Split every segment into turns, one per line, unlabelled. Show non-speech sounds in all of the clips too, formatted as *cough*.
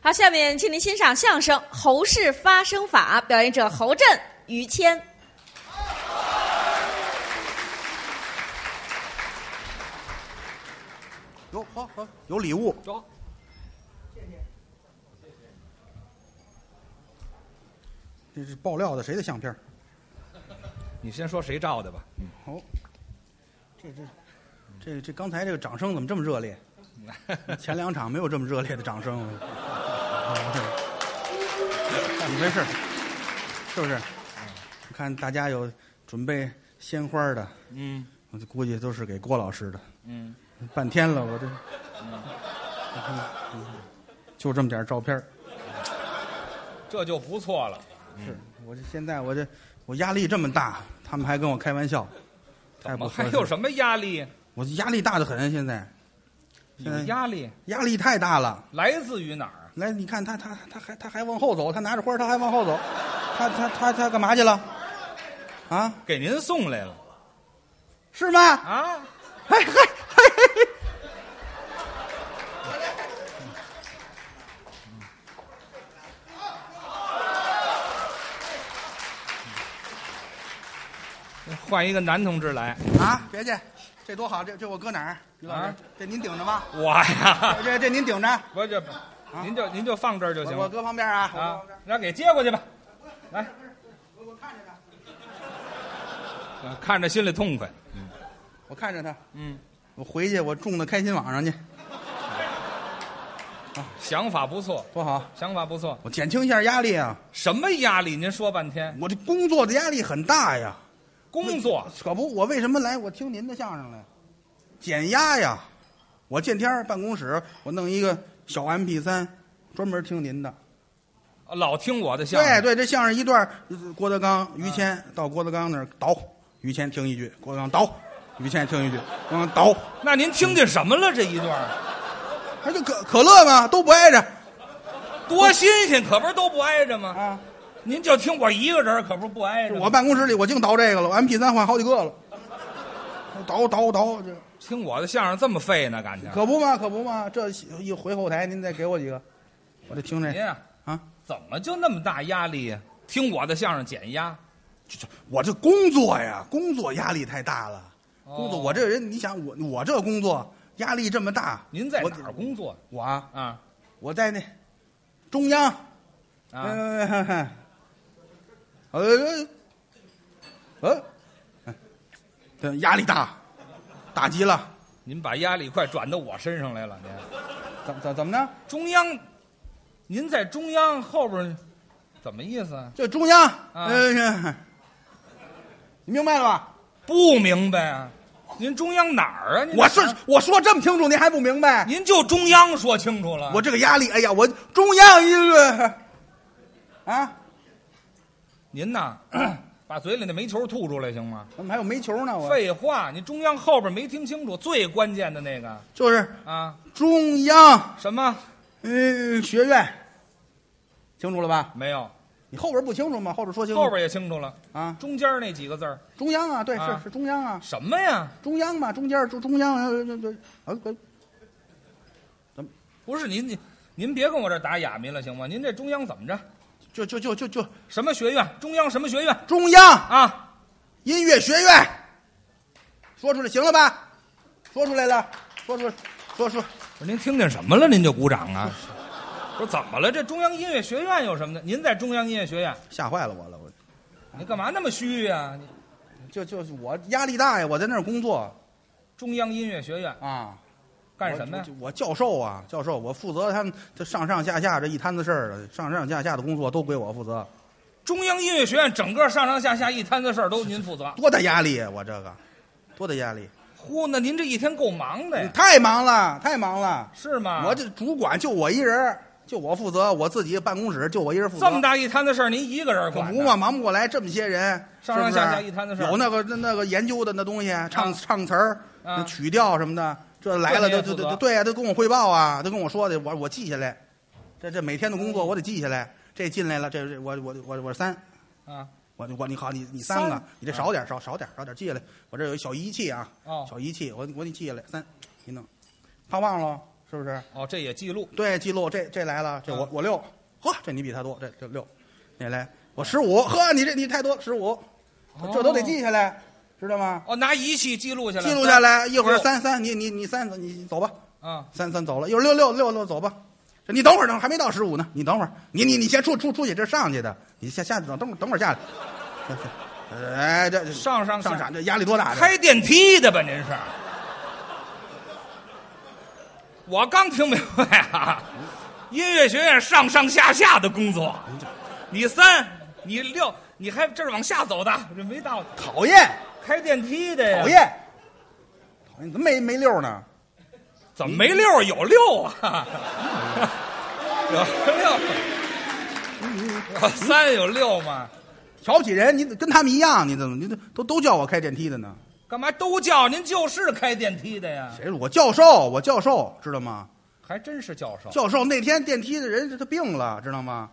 好，下面请您欣赏相声《侯氏发声法》，表演者侯震、于谦。
有好好有礼物，
走，
这是爆料的谁的相片？
你先说谁照的
*laughs*
吧。
哦，这这这这刚才这个掌声怎么这么热烈？前两场没有这么热烈的掌声。啊你没事儿，是不是？你看大家有准备鲜花的，
嗯
我就估计都是给郭老师的。
嗯，
半天了，我这，就这么点照片儿
这就不错了。
是嗯我这现在我这我压力这么大，他们还跟我开玩笑，太
怎
不
么
合
还
适
有什么压力？
我压力大的很，啊现在
有压力
压力太大了。
来自于哪儿？
来，你看他他他还他还往后走，他拿着花儿他还往后走，他他他他干嘛去了？啊，
给您送来了
是吗？
啊？
哎嗨嗨，嘿
换一个男同志来，
嘿啊，别介，这多好，这这我搁哪儿？于老师
啊，
这您顶着吧，
我呀，
*laughs* 这这您顶着，
不是，您就您就放这儿就行
啊我我
了
搁旁边啊，我搁
啊
旁边。
那给接过去吧，来，
我我看着他，
啊看着心里痛快。
我看着他，
嗯，
我回去我种到开心网上去，
想法不错，
多好！
想法不错。
我减轻一下压力啊，
什么压力？您说半天，
我这工作的压力很大呀。
工作
可不，我为什么来？我听您的相声来，减压呀！我见天儿办公室，我弄一个小 MP 三，专门听您的。
老听我的相
对
声，嗯
对，这相声一段儿，呃郭德纲、于谦、到郭德纲那儿倒，于谦听一句，郭德纲倒，于谦听一句，郭德纲倒，
那您听见什么了？这一段儿。
他就可可乐嘛，都不挨着
多新鲜，可不是都不挨着吗？
啊。
您就听我一个人，可不是不挨着吗。
我办公室里我净倒这个了，我 MP 三换好几个了，倒倒倒，这
听我的相声这么费呢，感情
可不嘛，可不嘛，这一回后台您再给我几个，我就听这
您啊，
啊。
怎么就那么大压力呀、听我的相声减压，
就我这工作呀，工作压力太大了。
哦
工作，我这人，你想我我这工作压力这么大，
您在
我
哪儿工作
我啊，
啊？
我在那中央，
啊，
*laughs* 呃，呃，呃，这压力大，大极了。
您把压力快转到我身上来了。您
怎怎怎么呢？
中央，您在中央后边儿，怎么意思啊？
这中央，呃，你明白了吧？
不明白啊？您中央哪儿啊？您
我是
哪儿
我说这么清楚，您还不明白？
您就中央说清楚了。
我这个压力，哎呀，我中央一个啊，
您呐， *clears throat* 把嘴里那煤球吐出来行吗？
怎么还有煤球呢？我
废话，你中央后边没听清楚，最关键的那个
就是
啊，
中央
什么
嗯、呃学院，清楚了吧？
没有？
你后边不清楚吗？后边说清楚
后边也清楚了，
啊，
中间那几个字儿
中央啊，对，
啊
是是中央啊，
什么呀？
中央嘛，中间中中央呃这这呃呃
不是您您您别跟我这打哑谜了行吗？您这中央怎么着？
就就就就就
什么学院？中央什么学院
中央
啊？
音乐学院，说出来行了吧？说出来了，说出说说
不是您听见什么了？您就鼓掌啊？不是怎么了？这中央音乐学院有什么的？您在中央音乐学院，
吓坏了我了，我
你干嘛那么虚啊呀、你
就就是我压力大呀，我在那儿工作
中央音乐学院
啊。
干什么呀
我？我我教授啊，教授，我负责他们这上上下下这一摊子事儿的，上上下下的工作都归我负责，
中央音乐学院整个上上下下一摊子事儿都您
*laughs*
负责。
多大压力啊！我这个，多大压力！
呼，那您这一天够忙的
你
呀，
太忙了，太忙了！
是吗？
我这主管就我一人儿，就我负责，我自己办公室就我一人负责。
这么大一摊子事儿，您一个人
可
管
不
呢
嘛，忙不过来，这么些人，
上上
是不是
下下一摊子事儿
有那个那那个研究的那东西，唱、
啊
唱词儿、
啊
那曲调什么的，这来了都
这你也
都
负
都
责
对啊，都跟我汇报啊，都跟我说的，我我记下来，这这每天的
嗯
工作我得记下来，这进来了，这这我我我我三，
啊！
我我你好，你你三个
三，
你这少点少少点少点记下来，我这有一小仪器啊，
哦，
小仪器，我我给你记下来三，你弄，怕忘了是不是？
哦，这也记录
对，记录这这来了，这我
啊
我六，呵，这你比他多，这这六，你来，我十五，呵，你这你太多，十五，这都得记下来，知道吗？
哦，拿仪器记录下来，
记录下来，一会儿
六
三三，你你你三，你走吧，
啊，
三三走了，一会儿六六六六走吧。这你等会儿，等会儿还没到十五呢，你等会儿，你你你先出出出去，这上去的，你下下等等等会儿下来。哎，这这
上上
上
下
场，这压力多大？这
开电梯的吧？您是？我刚听明白啊，音乐学院上上下下的工作，你三，你六，你还这是往下走的，这没到
讨厌，
开电梯的呀？
讨，厌，讨厌，怎么没没溜呢？
怎么没六儿有六
*laughs*
啊？有六，有三有六嘛？
瞧不起人，你跟他们一样，你怎么你都都都叫我开电梯的呢？
干嘛都叫您就是开电梯的呀？
谁？我教授，我教授，知道吗？
还真是教授
教授那天电梯的人他病了，知道吗？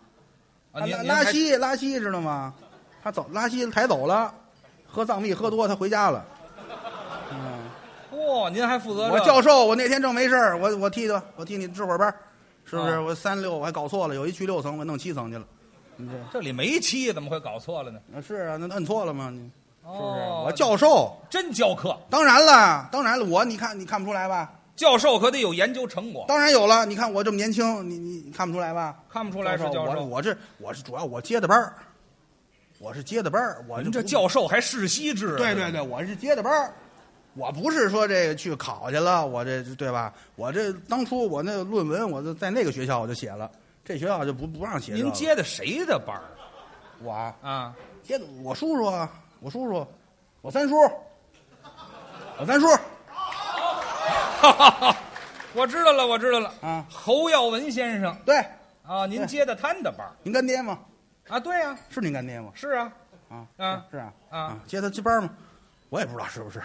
啊！您
拉
您
拉
还
稀拉稀，知道吗？他走拉稀抬走了，喝藏蜜喝多，他回家了。嗯，
嚯、哦您还负责这
我教授，我那天正没事儿，我我替他，我替你值会儿班儿，是不是？
啊
我三六我还搞错了，有一去六层，我弄七层去了。你这
这里没七，怎么会搞错了呢？
啊是啊，那那摁错了吗？你
是
是不是？我教授，
真教课，
当然了，当然了，我你看你看不出来吧？
教授可得有研究成果，
当然有了，你看我这么年轻，你你你看不出来吧？
看不出来是教
我
授。
我这我是主要我接的班儿，我是接的班儿，我
您这
不
教授还世袭制啊？
对对对，我是接的班儿，我不是说这个去考去了，我这对吧？我这当初我那论文，我就在那个学校我就写了，这学校就不不让写
这
这
个，
个。
您接的谁的班儿
我啊 *laughs*
啊？
接的我叔叔啊，我叔叔，我三叔，我三叔
我知道了，我知道了，
啊，
侯耀文先生
对，
啊，您
对
接的他的班儿
您干爹吗？
啊？对呀、
是您干爹吗？
是啊，
啊
啊
是是啊
啊
接他接班儿吗？我也不知道是不是。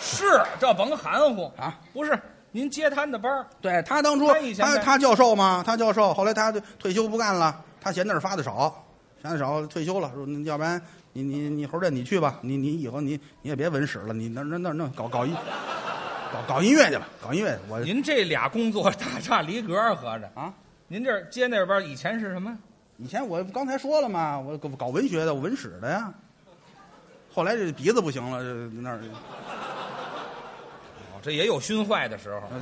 是这甭含糊
啊，
不是您接他的班儿
对他当初
他以前
他
在
他教授嘛，他教授，后来他就退休不干了，他嫌那儿发的少，嫌的少退休了，说那要不然你你你侯震你去吧，你你以后你你也别文史了，你那那那那搞搞音搞搞音乐去吧，搞音乐去我
您这俩工作大差离格儿，合着
啊，
您这儿接那班儿以前是什么？
以前我刚才说了嘛，我搞搞文学的，我文史的呀，后来这鼻子不行了，这那儿
哦，这也有熏坏的时候。
嗯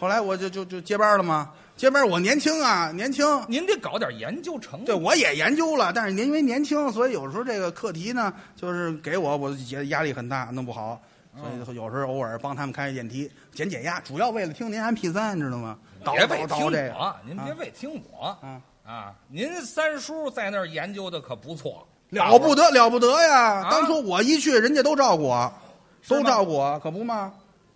后来我就就就接班了嘛，接班我年轻啊，年轻，
您得搞点研究成
对，
果。
我也研究了，但是您因为年轻，所以有时候这个课题呢，就是给我，我也压力很大，弄不好，所
嗯
以有时候偶尔帮他们开电梯减减压，主要为了听您 MP 三，知道吗？倒
别为
倒
听
倒这个
我，您别为听我
啊，
啊！您三叔在那儿研究的可不错，
了不
得
得了不得
啊
呀！当初我一去，人家都照顾我，
是吗
都照顾我，可不嘛，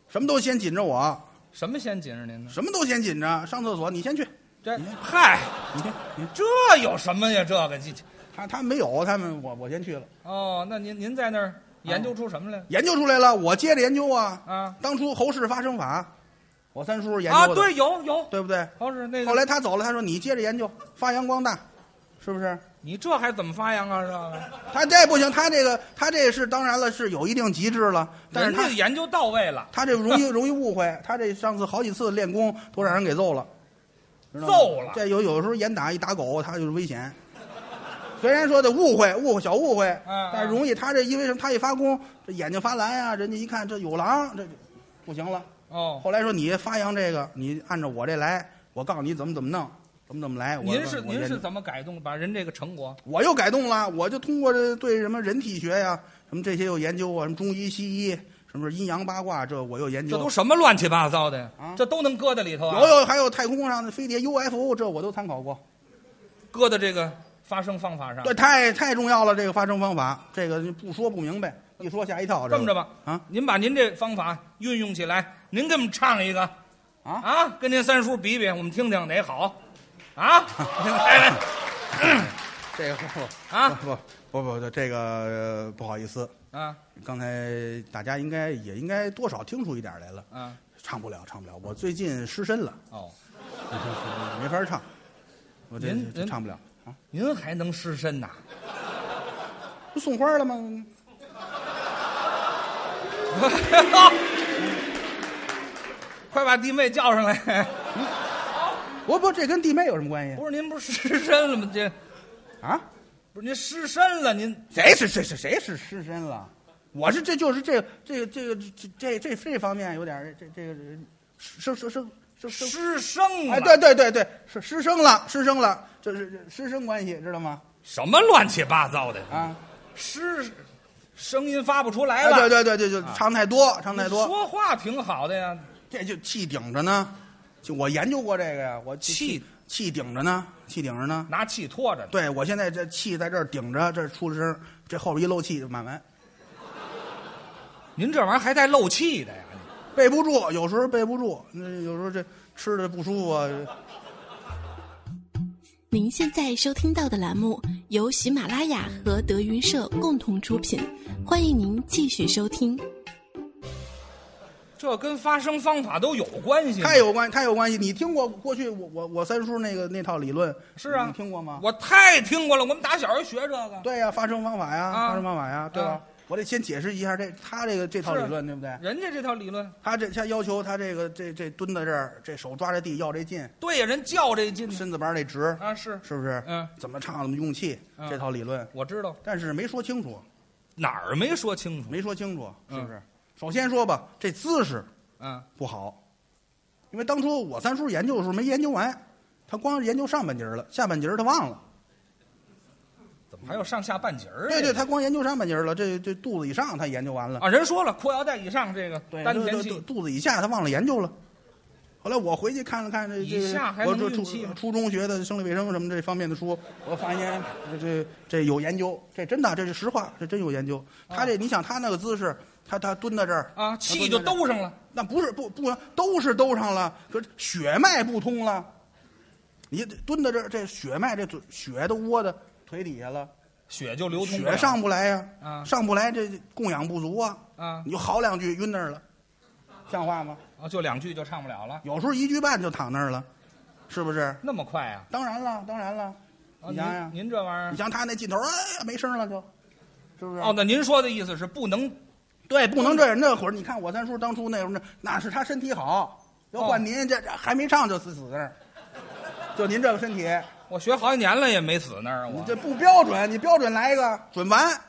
什么都先紧着我，
什么先紧着您呢？
什么都先紧着。上厕所你先去，
这
你看
嗨，
你先，你
这有什么呀？这个这
他他没有，他们我我先去了，
哦，那您您在那儿研究出什么来了？
研究出来了，我接着研究啊。
啊
当初侯氏发生法，我三叔研究
啊，
的
对，有有，
对不对？
好使那
后
个，
来他走了，他说你接着研究，发扬光大，是不是？
你这还怎么发扬啊？这个
他这不行，他这个他这是当然了，是有一定极致了，但
人
是
家
他
研究到位了，
他这容易 *laughs* 容易误会，他这上次好几次练功都让人给揍了，知道吗
揍了
这有有时候严打一打狗，他就是危险。虽然说的误会误会小误会
嗯，
但是容易他这因为什么？他一发功，这眼睛发蓝呀、人家一看这有狼，这不行了。
哦。
后来说你发扬这个，你按照我这来，我告诉你怎么怎么弄，怎么怎么来。我
您是
我
您
研究
是怎么改动把人这个成果？
我又改动了，我就通过这对什么人体学呀、什么这些有研究啊，什么中医、西医，什么是阴阳八卦，这我又研
这
究。
都什么乱七八糟的呀
啊？
这都能搁在里头啊？
有有，还有太空上的飞碟、UFO，这我都参考过。
搁在这个发声方法上。
对，太太重要了，这个发声方法，这个不说不明白，一说吓一跳。
这么着吧，
啊
您把您这方法运用起来，您给我们唱一个
啊
啊，跟您三叔比比，我们听听哪好
*laughs*
啊？来来，
这个不
啊
不不不不，这个、呃不好意思，
啊
刚才大家应该也应该多少听出一点来了，
啊
唱不了，唱不了，我最近失身
*laughs*
了，
哦，
没法唱，我这
您
这
您
唱不了啊。
您还能失身呐？
不送花了吗？
*laughs* 快把弟妹叫上来！ *laughs*
不不，这跟弟妹有什么关系
不是您不是失身了吗？这
啊？
不是您失身了？您
谁是谁是谁是失身了？我是这就是这这个这个这这这这方面有点儿这这个生生生生生
失声了？
哎，对，对对对，是师生了，师生了，这是师生关系，知道吗？
什么乱七八糟的？
啊，
失声音发不出来
哎，
了。
对对对对，就唱太多，唱太多，
说话挺好的呀，
这就气顶着呢。就我研究过这个呀，我
气
气顶着呢，气顶着呢。
拿气拖着呢。
对我现在这气在这儿顶着，这儿出了声儿，这后边一漏气就满完，
您这玩意儿还带漏气的呀？
背不住，有时候背不住，那有时候这吃的不舒服啊。
嗯
您现在收听到的栏目由喜马拉雅和德云社共同出品，欢迎您继续收听。
这跟发声方法都有关系吗。
太有关太有关系。你听过过去我我我三叔那个那套理论
是啊
你听过吗？
我太听过了，我们打小就学这个。
对呀、发声方法呀，
啊
发声方法呀，对吧？
啊
我得先解释一下这他这个这套
是
理论，对不对？
人家这套理论，
他这他要求他这个这这蹲在这儿，这手抓着地，要这劲，
对呀，人较这劲
身子板得直，
啊，是
是不是？
嗯，
怎么唱怎么用气，
嗯
这套理论，
我知道
但是没说清楚，
哪儿没说清楚
没说清楚，是
嗯
不是？首先说吧，这姿势
啊。
不好，因为当初我三叔研究的时候没研究完，他光研究上半截儿了，下半截儿他忘了。
怎么还有上下半截儿啊？
对对，
这个
他光研究上半截儿了，这这肚子以上他研究完了，
啊，人说了，裤腰带以上这个
对，
丹
都
田
都都
气，
肚子以下他忘了研究了。后来我回去看了看这这
以下还
我
能
这
运气
初
吗
初中学的生理卫生什么这方面的书，我发现这这这有研究，这真的这是实话，这真有研究。他这你想他那个姿势，他他蹲在这儿
啊，气就，
他蹲在这儿
兜上了。
那不是不不都是兜上了，可是血脉不通了。你蹲在这儿，这血脉这嘴血都窝在腿底下了，
血就流通不了
血上不来呀、
啊
上不来这供氧不足啊，
啊
你就嚎两句晕那儿了，像话吗？
啊，就两句就唱不了了，
有时候一句半就躺那儿了，是不是？
那么快啊？
当然了，当然了，
啊
你想想
您您这
你
玩意儿，
像他那劲头，哎呀，没声了就，是不是？
哦，那您说的意思是不能
对，哎不能这样。那会儿你看我三叔当初那会儿那那是他身体好，要换您这这还没唱就死死那儿，就您这个身体，
我学好几年了也没死那儿，啊
你
我
这不标准，你标准来一个准完，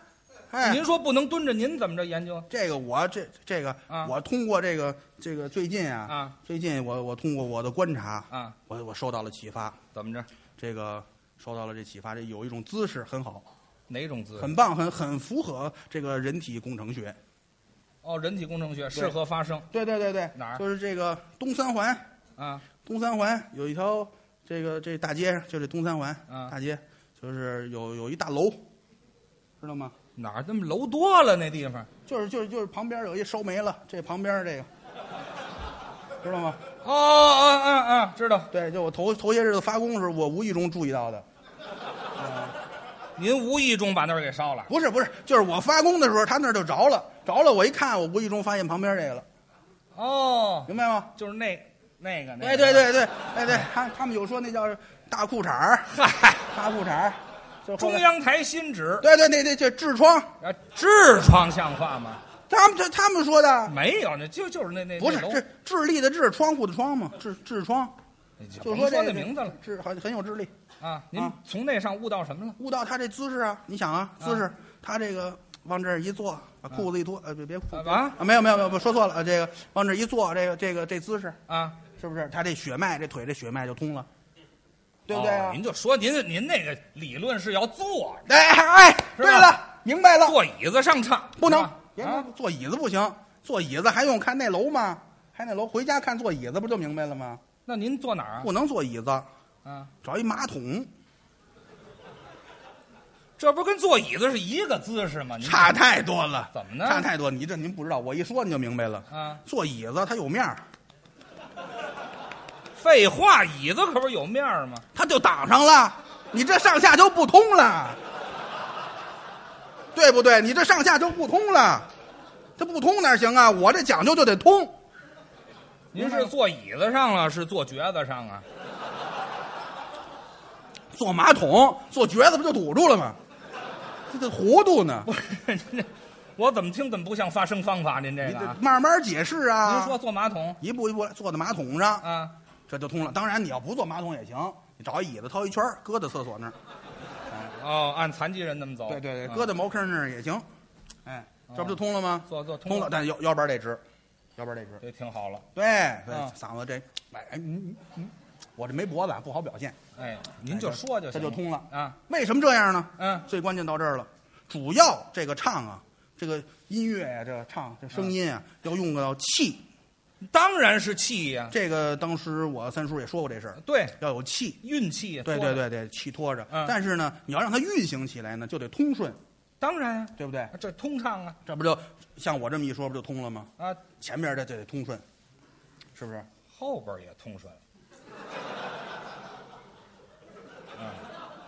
哎，
您说不能蹲着，您怎么着研究？
这个我这这个、
啊
我通过这个这个最近啊，
啊
最近我我通过我的观察，
啊，
我我受到了启发，
怎么着？
这个受到了这启发，这有一种姿势很好，
哪种姿势？
很棒，很很符合这个人体工程学。
哦，人体工程学适合发声
对对对对，
哪儿
就是这个东三环，
啊
东三环有一条这个这大街上，就这东三环、
啊
大街，就是有有一大楼，知道吗？
哪儿那么楼多了那地方？
就是就是就是旁边有一烧煤了，这旁边这个， *laughs* 知道吗？
哦哦哦哦，知道。
对，就我头头些日子发工时候，我无意中注意到的，
您无意中把那儿给烧了，
不是不是，就是我发工的时候，他那儿就着了，着了，我一看，我无意中发现旁边这个了，
哦，
明白吗？
就是那那个那个。
对对，对对，哎对，他他们有说那叫大裤衩儿，
嗨，
大裤衩儿，就后
中
来，
央台新址
对对对对，这痔疮，
啊，痔疮像话吗？
他们这他们说的
没有，那就就是那那
不是
那楼
智智力的智，窗户的窗嘛，痔痔疮，
你就
就
甭
说这
说那名字了，
智很很有智力。
啊。您
啊
从那上悟到什么了？
悟到他这姿势啊，你想啊，姿势，他这个往这儿一坐，把裤子一脱，呃，别别裤子
啊
啊，没有没有没有，不说错了，呃这个往这儿一坐，这个这个这姿势
啊，
是不是？他这血脉，这腿这血脉就通了，对不对啊
哦？您就说您您那个理论是要坐着
哎哎，哎
是
对
吧
了，明白了，
坐椅子上唱，
不能
是吧
别
啊
说坐椅子不行，坐椅子还用看那楼吗？还那楼，回家看坐椅子不就明白了吗？
那您坐哪儿啊
不？能坐椅子，
啊，
找一马桶，
这不跟坐椅子是一个姿势吗？您
差太多了。
嗯怎么呢
差太多，你这您不知道，我一说你就明白了。
啊，
坐椅子它有面儿，
废话，椅子可不是有面儿吗？
它就挡上了，你这上下就不通了，对不对？你这上下就不通了，它不通哪行啊？我这讲究就得通，
您是坐椅子上了，是坐橛子上啊？
坐马桶、坐橛子不就堵住了吗？这这糊涂呢？
不是，您这 *laughs* 我怎么听怎么不像发声方法，您这
你
个
得
啊。
慢慢解释啊。
您说坐马桶
一步一步来坐在马桶上，
啊，
这就通了。当然，你要不坐马桶也行，你找一椅子掏一圈儿搁在厕所那儿，
哦，按残疾人那么走。
对对对，
啊
搁在茅坑那儿也行。哎，这不就通了吗？
坐坐通
通了，但腰腰板得直，腰板得直。
这挺好了。
对对
啊，
嗓子这，哎哎，嗯嗯我这没脖子啊，不好表现。
哎，您就说就
这
行，
就通了。
啊。
为什么这样呢？
嗯，
最关键到这儿了，主要这个唱啊，这个音乐呀、这个唱这声音啊，
嗯
要用到气。
当然是气呀、
这个当时我三叔也说过这事儿，
对，
要有气。
运气呀。
对
多
对
着，
对对，气拖着。
嗯
但是呢，你要让它运行起来呢，就得通顺，
当然呀、
对不对？
这通畅啊
这不就像我这么一说，不就通了吗？
啊，
前面的就得通顺，是不是？
后边也通顺，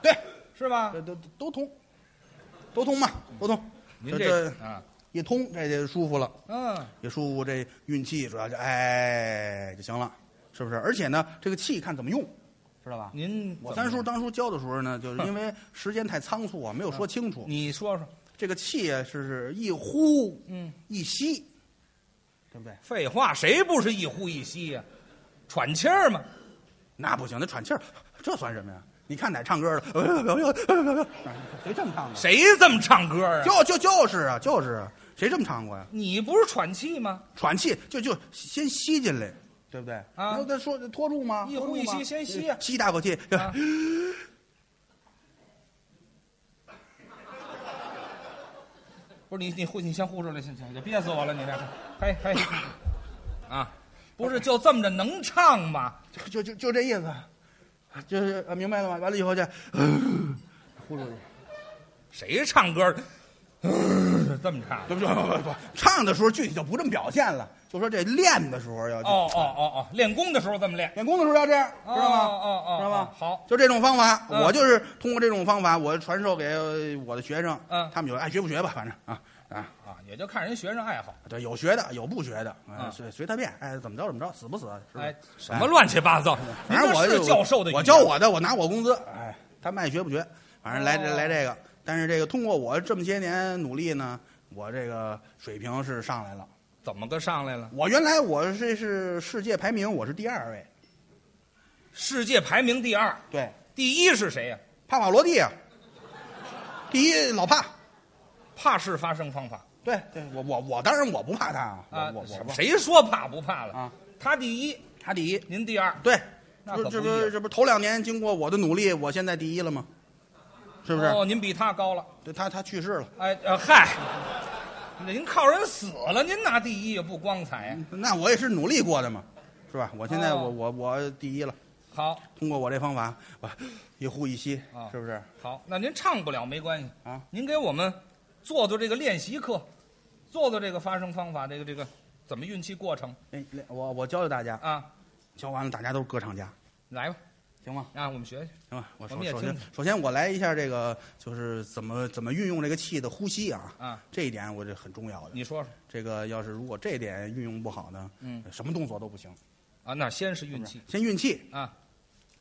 对，
啊是吧？
这都都通，都通嘛，都通。
嗯您
这
啊，
一通，这就舒服了。
嗯，
也舒服，这运气主要就哎就行了，是不是？而且呢，这个气看怎么用，知道吧？
您
我
怎
三
么
叔当初教的时候呢，就是因为时间太仓促啊，没有
嗯
说清楚。
你说说，
这个气啊，是是一呼
嗯，
一吸，对不对？
废话，谁不是一呼一吸呀、喘气儿嘛，
那不行，那喘气儿，这算什么呀？你看哪唱歌的？哎呦哎呦哎呦哎呦哎 *laughs* 呦谁这么唱的？
谁这么唱歌啊？
就就就是啊，就是啊，谁这么唱过呀？
你不是喘气吗？
喘气就就先吸进来，对不对？
啊
那说拖住吗？
一呼
拖住吗嗯
一吸先吸啊
吸大口气。
啊不是你，你呼，你先呼出来，行行，就憋死我了，你这，嘿嘿，啊，不是就这么着能唱吗？
就就就这意思，就是呃明白了吗？完了以后就， *laughs* 呼出去，
谁唱歌儿、呃这么唱？
对不对？不不不，唱的时候具体就不这么表现了，就说这练的时候要、
哦哦哦哦，练功的时候这么练，
练功的时候要这样，
哦
知道吗？
哦哦
知道吗
哦？好，
就这种方法，
嗯
我就是通过这种方法，我传授给呃我的学生，
嗯
他们有爱学不学吧，反正啊啊，
啊，也就看人学生爱好。
对，有学的，有不学的，啊
嗯
随随他便，哎，怎么着怎么着，死不死，是不是
哎，什么乱七八糟？
反正我
您这是教授的语言，
我教我的，我拿我工资。哎，他们爱学不学，反正来这、
哦
来这个。但是这个通过我这么些年努力呢，我这个水平是上来了。
怎么个上来了？
我原来我这是世界排名，我是第二位。
世界排名第二，
对，
第一是谁呀、
帕瓦罗蒂啊，第一老帕。
怕是发声方法
对对，我我我当然我不怕他啊，
啊！
我我我
什
不
么谁说怕不怕了
啊？
他第一，
他第一。
您第二，
对，
那
这
可
这
不一
不
样
这不头两年经过我的努力，我现在第一了吗？是不是？
哦，您比他高了。
对他他去世了，
哎呃，嗨，您靠人死了，您拿第一也不光彩啊呀。
那我也是努力过的嘛，是吧？我现在我
哦
我我第一了。
好，
通过我这方法，我一呼一吸，
啊
是不是？
好，那您唱不了没关系
啊
您给我们做做这个练习课，做做这个发声方法，这个这个怎么运气过程
哎，我我教教大家，
啊？
教完了大家都是歌唱家，
来吧，
行吗？
啊，我们学学。
行吧，我
我
首
们也
首
听
先
听
首先我来一下这个，就是怎么怎么运用这个气的呼吸啊，
啊，
这一点我这很重要的。
你说说
这个要是如果这点运用不好呢，
嗯，
什么动作都不行。
啊，那先是运气
先运气，
啊，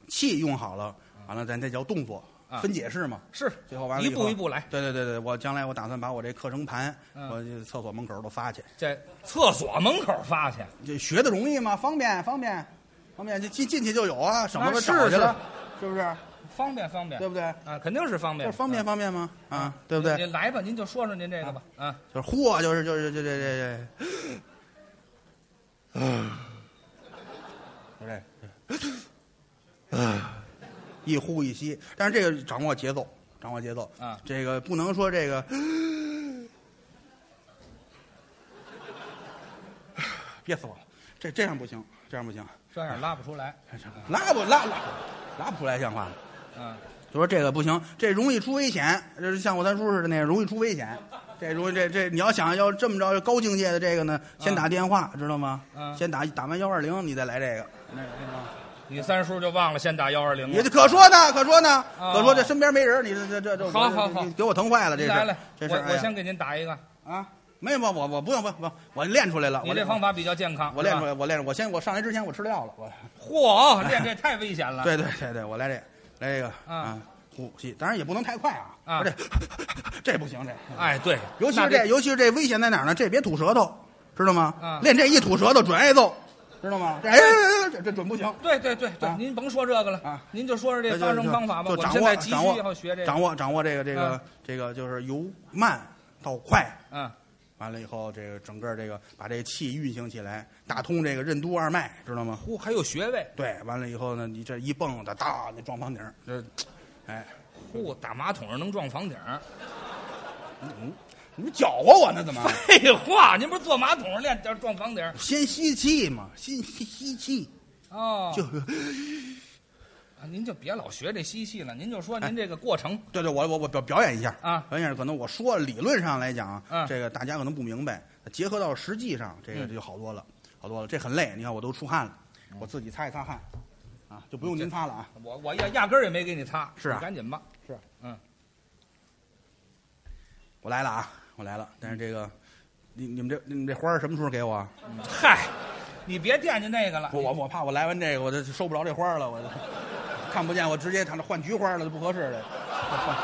气用好了，完了咱再教动作
啊，
分解式嘛。
是
最后完了
一
以后
步一步来。
对对对对，我将来我打算把我这课程盘，
嗯
我这厕所门口都发去。
在厕所门口发去，
这学的容易吗？方便方便，方便，这进进去就有啊，省得我
啊是
找去了，是不是？
方便方便，
对不对？
啊，肯定是方
这
便，
方便
啊
方便吗？啊，对不对？
您来吧，您就说说您这个吧，啊，
就是呼啊，就是就是这这这这，就这，一呼一吸，但是这个掌握节奏，掌握节奏
啊
这个不能说这个，憋死我了，这这样不行，这样不行。
这样拉不出来，
拉不拉拉拉不出来像话吗？
啊，
就说这个不行，这容易出危险，这是像我三叔似的那样，容易出危险。这容易这这，你要想要这么着高境界的这个呢，先打电话，知道吗？
嗯
先打打完幺二零，你再来这个。那
你三叔就忘了先打幺二零
你这
了，
可说呢，可说呢，
哦
可说这身边没人，你这这这这，
好
我这
好好
你给我疼坏了，这
您
是
来了，
这是
我我先
给
给您打一个，
啊，没有，我我我不用不用不用，我练出来了，
你
我
这方法比较健康，
我练出
来，
来，我练出来，我先我上来之前我吃了药了，我 *laughs*
嚯，练这太危险了，
对对对对，我来这个来这个
啊
啊，呼吸，当然也不能太快啊，
啊
而且 *laughs* 这不行，这
哎，对，
尤其
那
是这，尤其是这危险在哪儿呢？这别吐舌头，知道吗？
嗯
练这一吐舌头准挨揍，知道吗？这哎哎哎哎这这准不行。
对对对对
啊，
您甭说这个了
啊，
您就说说
就
这发声方法
就
吧。我们
掌
现
握
在急
掌
需
握
要学这个
掌。握掌握这个这个
嗯
这个就是由慢到快，
嗯，
完了以后这个整个这个把这个气运行起来，打通这个任督二脉，知道吗？
呼，还有穴位。
对，完了以后呢，你这一蹦的哒，那撞房顶儿，
这
哎，
呼，打马桶上能撞房顶
*laughs*
儿。
你们搅和我呢？怎么？
废话，您不是坐马桶上练这撞房顶儿？
先吸气嘛，先吸吸气，
哦，
就
啊您就别老学这嬉戏了，您就
哎
说您这个过程。
对对，我我我表表演一下
啊
表演一下可能我说理论上来讲，
嗯
这个大家可能不明白，结合到实际上，这个
嗯
就好多了，好多了。这很累，你看我都出汗了，我自己擦一擦汗，啊，就
嗯
不用您擦了啊。
我我压压根儿也没给你擦，
是啊
你赶紧吧。
我来了啊，我来了。但是这个，你你们这你们这花儿什么时候给我啊？
嗨， *laughs* 你别惦记那个了。
我我我怕我来完这个，我就收不着这花儿了，我就看不见，我直接躺着换菊花了，就不合适了。换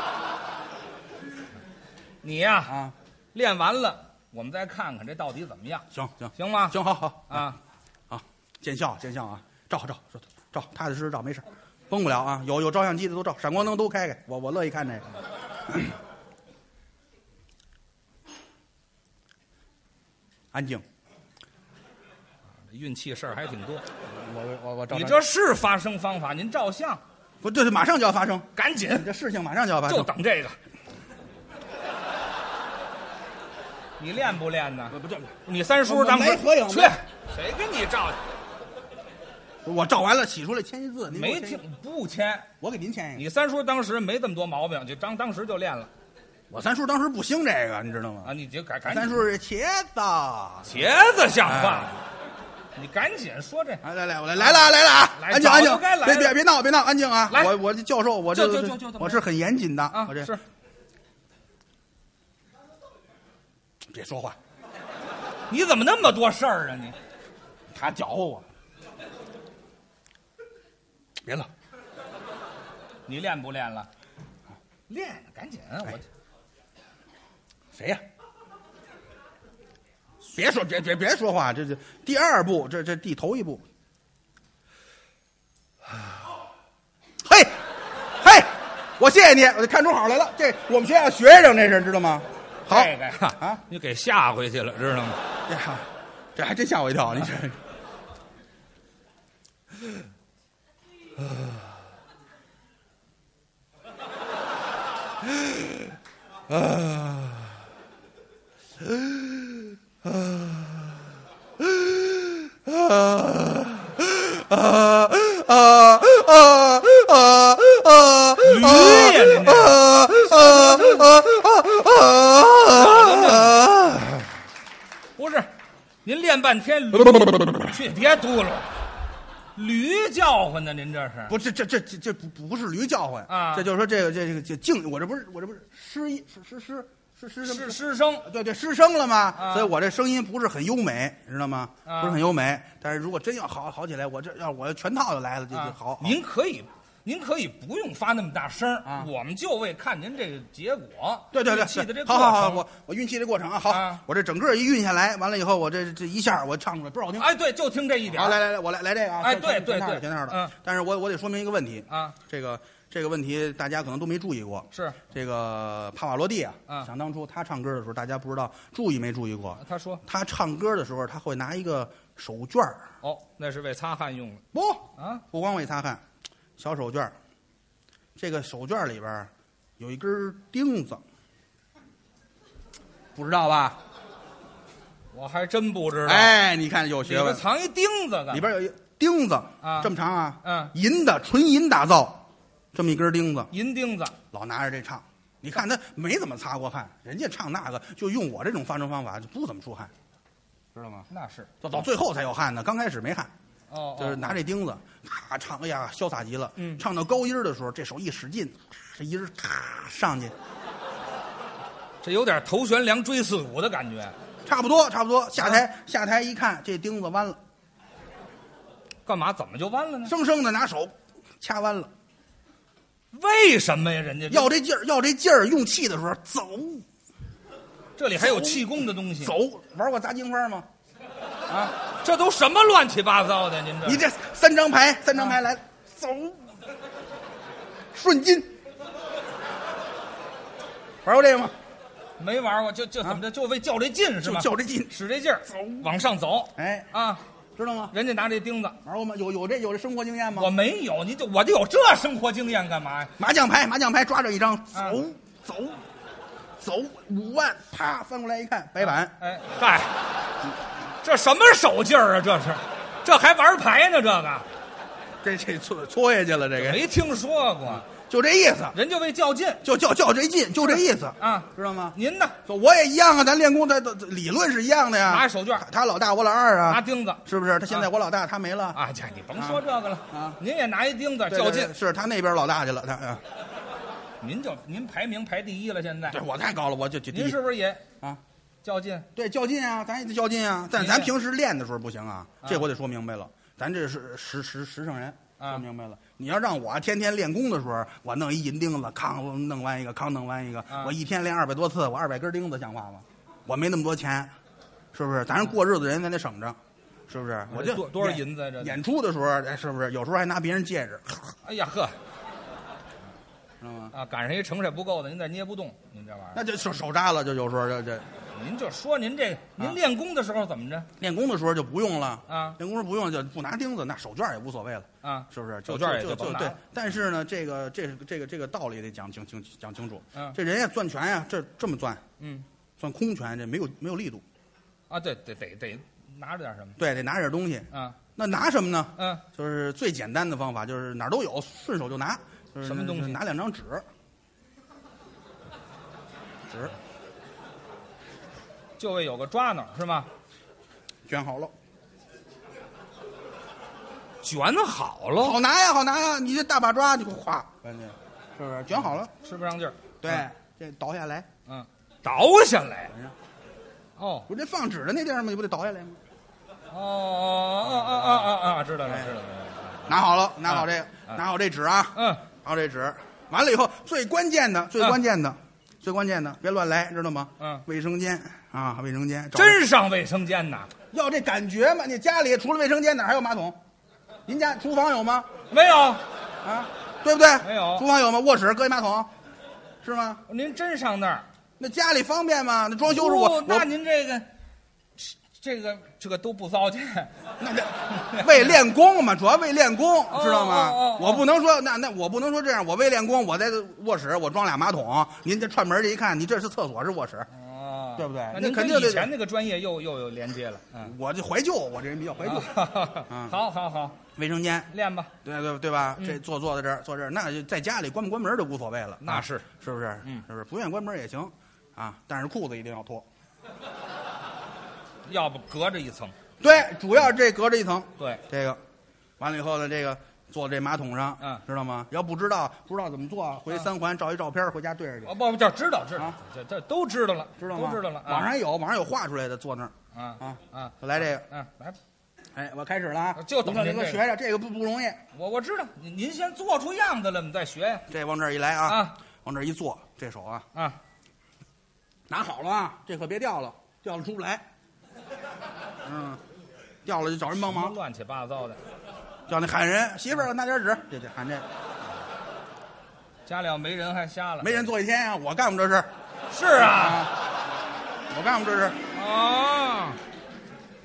你呀、
啊，
练完了，我们再看看这到底怎么样，
行行
行吗？
行，好好
啊，
啊，见笑见笑啊，照照照照，踏踏实实照，没事儿，崩不了啊。有有照相机的都照，闪光灯都开开，我我乐意看这个。 *clears throat* 安静，
运气事儿还挺多。
我我我照
你
相
这是发声方法，您照相，
不对，马上就要发生，
赶紧，
这事情马上就要发
就
生。
等这个。你练不练呢？
不这，
你三
我
叔
我
当时
没合影
去
没，
谁跟你照？
我照完了洗出来签一字，您给我
没
签一
听
个，
不签。
我给您签一个。
你三叔当时没这么多毛病，就当当时就练了
我三叔当时不兴这个，你知道吗
啊！？你就赶赶紧
三叔哎是茄子。
茄子像
啊
话吗，你赶紧说这
来来来，我来来了来了啊！
来
安静
早
安
就
静
该，来
别
了
别别闹别闹，安静啊！
来
我我这教授，我这
就就就就这么
我是很严谨的
啊
我这！
是
别说话，
你怎么那么多事儿啊你？
他搅和我。别了，
你练不练了？练，赶紧！我
谁呀？别说别别别说话，这这第二步，这这第头一步。嘿，嘿，我谢谢你，我就看出好来了。这我们学校学生这是知道吗？好
这个呀
啊，
你给吓回去了，知道吗？
这还这还真吓我一
*laughs*
跳，你这。
不是，您练半天驴，去别嘟噜，驴叫唤呢？您这是？
不，这这这这这不不是驴叫唤
啊
这就是说这个这个这敬，我这不是我这不是失一失失失失失什么
是师生，
对对失声了吗？
啊
所以我这声音不是很优美，知道吗？
啊
不是很优美，但是如果真要好好起来，我这要我全套就来了，就就
啊
好。好
您可以，您可以不用发那么大声儿
啊
我们就为看您这个结果。
对对对，
气的这
对
过
好
程。
好好，我我运气这过程啊，好
啊，
我这整个一运下来，完了以后，我这这一下我唱出来不好听。
哎，对，就听这一点
好，
儿
来来来，我来来这个啊！
哎
全
对
全
对
套的
对
全套的。
嗯，
但是我我得说明一个问题，
啊，
这个这个问题大家可能都没注意过，
是
这个帕瓦罗蒂啊，
啊
想当初他唱歌的时候，大家不知道注意没注意过？
他说
他唱歌的时候，他会拿一个手绢儿，
哦，那是为擦汗用的
不
啊，
不光为擦汗，小手绢儿。这个手绢儿里边儿有一根钉子，不知道吧？
我还真不知道。，
哎，你看有
里
学
边
问，
藏一钉子的，
里边有一钉子
啊
这么长啊，
嗯
银的纯银打造，这么一根钉子，
银钉子。
老拿着这唱。你看他没怎么擦过汗，人家唱那个就用我这种发声方法就不怎么出汗，知道吗？
那是
到到最后才有汗呢，刚开始没汗，
哦，
就是
哦
拿这钉子，咔唱，哎呀，潇洒极了。
嗯
唱到高音儿的时候，这手一使劲，咔这音儿咔上去，
这有点头悬梁锥刺股的感觉。
差不多，差不多。下
啊
台下台一看，这钉子弯了，
干嘛？怎么就弯了呢？
生生的拿手掐弯了，
为什么呀？人家
要这劲儿，要这劲儿，用气的时候走
这里还有气功的东西，
走，玩过砸金花吗？
啊！这都什么乱七八糟的？您
*laughs*
这
你这三张牌，三张牌来了，走，顺筋，玩过这个吗？
没玩过，就就怎么着，就为较这劲是
啊就
吧？
较这劲，
使这劲儿
走
往上走
哎，
啊！
知道吗？
人家拿这钉子，
玩过吗？有有这有这生活经验吗
我？没有，你就我就有这生活经验干嘛呀？
麻将牌，麻将牌抓着一张，
啊
走走走，五万，啪翻过来一看，白板，
哎，嗨，
嗯
这什么手劲儿啊？这是，这还玩牌呢？这个
这这搓搓下去了，这个
没听说过，
就这意思，
人就为较劲
就就就这劲，就这意思，
啊！
知道吗？
您呢？
说我也一样啊，咱练功，他他理论是一样的呀。
拿手绢
他他老大，我老二
拿
啊，
钉子
是不是？他现在
嗯
我老大，他没了，
啊！这你甭说这个了
啊
您也拿一钉子
对
较
对
劲
对，是他那边老大去了，他啊，
您就您排名排第一了，现在
对我太高了，我就就第
您
一
是不是也
啊。
较劲？
对，较劲啊，咱也得较劲啊。但
你
咱
这
平时练的时候不行啊，
啊
这我得说明白了。咱这是实实实诚人，
啊
说明白了。你要让我天天练功的时候，我弄一银钉子，康弄完一个，康弄完一个，
啊
我一天练二百多次，我二百根钉子，像话吗？我没那么多钱，是不是？咱是过日子人，咱得省着，是不是？我就
多多少
演
银子呀啊这
演出的时候，哎是不是有时候还拿别人戒指，
哎呀呵
知道吗？
啊，赶上一成色不够的，您再捏不动，您这玩意
那就手手扎了，就有时候这这
儿，您就说您这个，
啊
您练功的时候怎么着
练功的时候就不用了，
啊
练功时候不用就不拿钉子，那手绢也无所谓了。
啊？
是不是？
手
就
绢儿也
就
就
就
甭拿
对
了，
但是呢，这个这个这个这个道理得讲清清讲清楚。
嗯
这人呀，攥拳呀，这这么攥，
嗯
攥空拳，这没有没有力度。
啊，对，得得得拿着点什么
对，得拿点东西。
啊？
那拿什么呢？
嗯，
就是最简单的方法，就是哪儿都有，顺手就拿。就是
什么东西
就是拿两
*laughs*
张纸，纸
就为有个抓挠是吗？
卷好了，
卷好喽，
好拿呀，好拿呀！你这大把抓，你咵，赶紧，是不是？卷好了，
吃不上劲儿，
对，这倒下来，
嗯，倒下来
哎呀。
哦
不是这放纸的那地儿吗？你不得倒下来吗？
哦哦哦哦哦哦，知道了
哎
知道了，
拿好了，拿好这
啊
个，拿好这纸啊，
嗯，
拿这纸，完了以后最关键的，最关键的，最关键的，别乱来，知道吗？
啊嗯
卫生间啊，卫生间，找
真上卫生间呐？
要这感觉嘛？你家里除了卫生间哪儿还有马桶？您家厨房有吗？
没有，
啊，对不对？
没有
厨房有吗？卧室搁一马桶，是吗？
您真上那儿？
那家里方便吗？那装修时候我、
哦
我
那您这个这个这个都不糟践。
那
*laughs*
这 *laughs* 为练功嘛，主要为练功，知道吗？
哦哦哦
我不能说那那我不能说这样，我为练功，我在卧室我装俩马桶，您这串门这一看，你这是厕所是卧室，
哦，
对不对那
那您
肯
跟
定得
以前那个专业又又有连接了，嗯，
我这怀旧，我这人比较怀旧。嗯
啊好好好，
卫生间，
练吧，
对对对吧？
嗯
这坐坐在这儿，坐这儿，那就在家里关不关门就无所谓了。
那是
啊是不是？
嗯
是不是？不愿意关门也行，啊，但是裤子一定要脱。
要不隔着一层，
对，主要是这隔着一层，
对，
这个，完了以后呢，这个坐这马桶上，
嗯
知道吗？要不知道不知道怎么做，回三环照一照片，回家对着去
哦，不不，这知道知道
啊，
这这都知道了，
知道吗？
都知道了，
网上有，网上有画出来的，坐那儿，
啊啊啊，
来这个，
嗯，来吧，
哎，我开始了啊，
就等
您
您
给我
这
学
个
着，这个不不容易，
我我知道，您您先做出样子来，我们再学呀，
这往这儿一来啊，
啊
往这儿一坐，这手啊，
啊，
拿好了啊，这可别掉了，掉了出不来。嗯，掉了就找人帮忙，
乱七八糟的，
叫那喊人媳妇儿拿点纸，这这喊这，
家里要没人还瞎了，
没人做一天啊，我干过这事儿
是啊，
啊，我干过这事儿。
啊，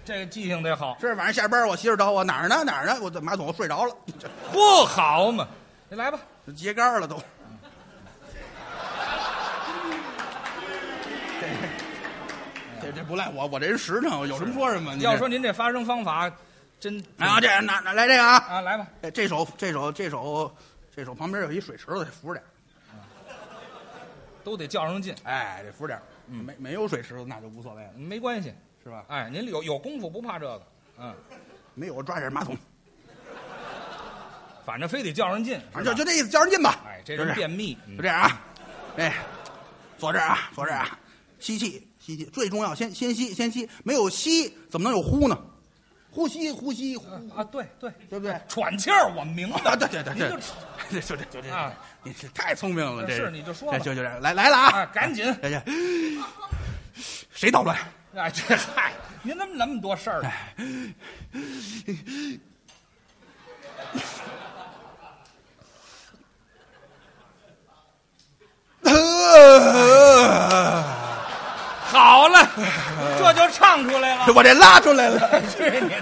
这个记性得好，
这晚上下班，我媳妇儿找我哪儿呢哪儿呢，我在马桶我睡着了，这
不好嘛，你来吧，
揭竿了都。 *laughs* 这这这不赖我，我这人实诚，有什么说什么。你这
要说您这发声方法真
啊，这拿拿来这个啊，
啊，来吧，
哎，这手这手这手这手旁边有一水池子，得扶着点儿。
都得较上劲，
哎，得扶着点儿。没没有水池子那就无所谓了，
嗯没关系。
是吧？
哎，您有有功夫不怕这个，嗯，
没有抓点马桶，
反正非得较上劲，
反
是
正
吧
就就这意思，较上劲吧。
哎，这
就
人
这
便
样
秘，
就这样啊。哎，坐这儿啊，坐这儿啊，吸气，吸气，最重要，先先吸，先吸，没有吸怎么能有呼呢？呼吸，呼吸，呼，
嗯啊，对对，
对不对？
喘气儿我明白，
*laughs* 啊对对对对
您就
这就这就这
啊，
你这太聪明了，这
是你就说吧
这就这样来来了啊 *laughs*
啊，，赶紧！
这这谁捣乱？
哎，这嗨，您怎么那么多事儿呢？
哎
好了，这就唱出来了。哎
呃 *laughs* 我这拉出来了。 *laughs*
去你的！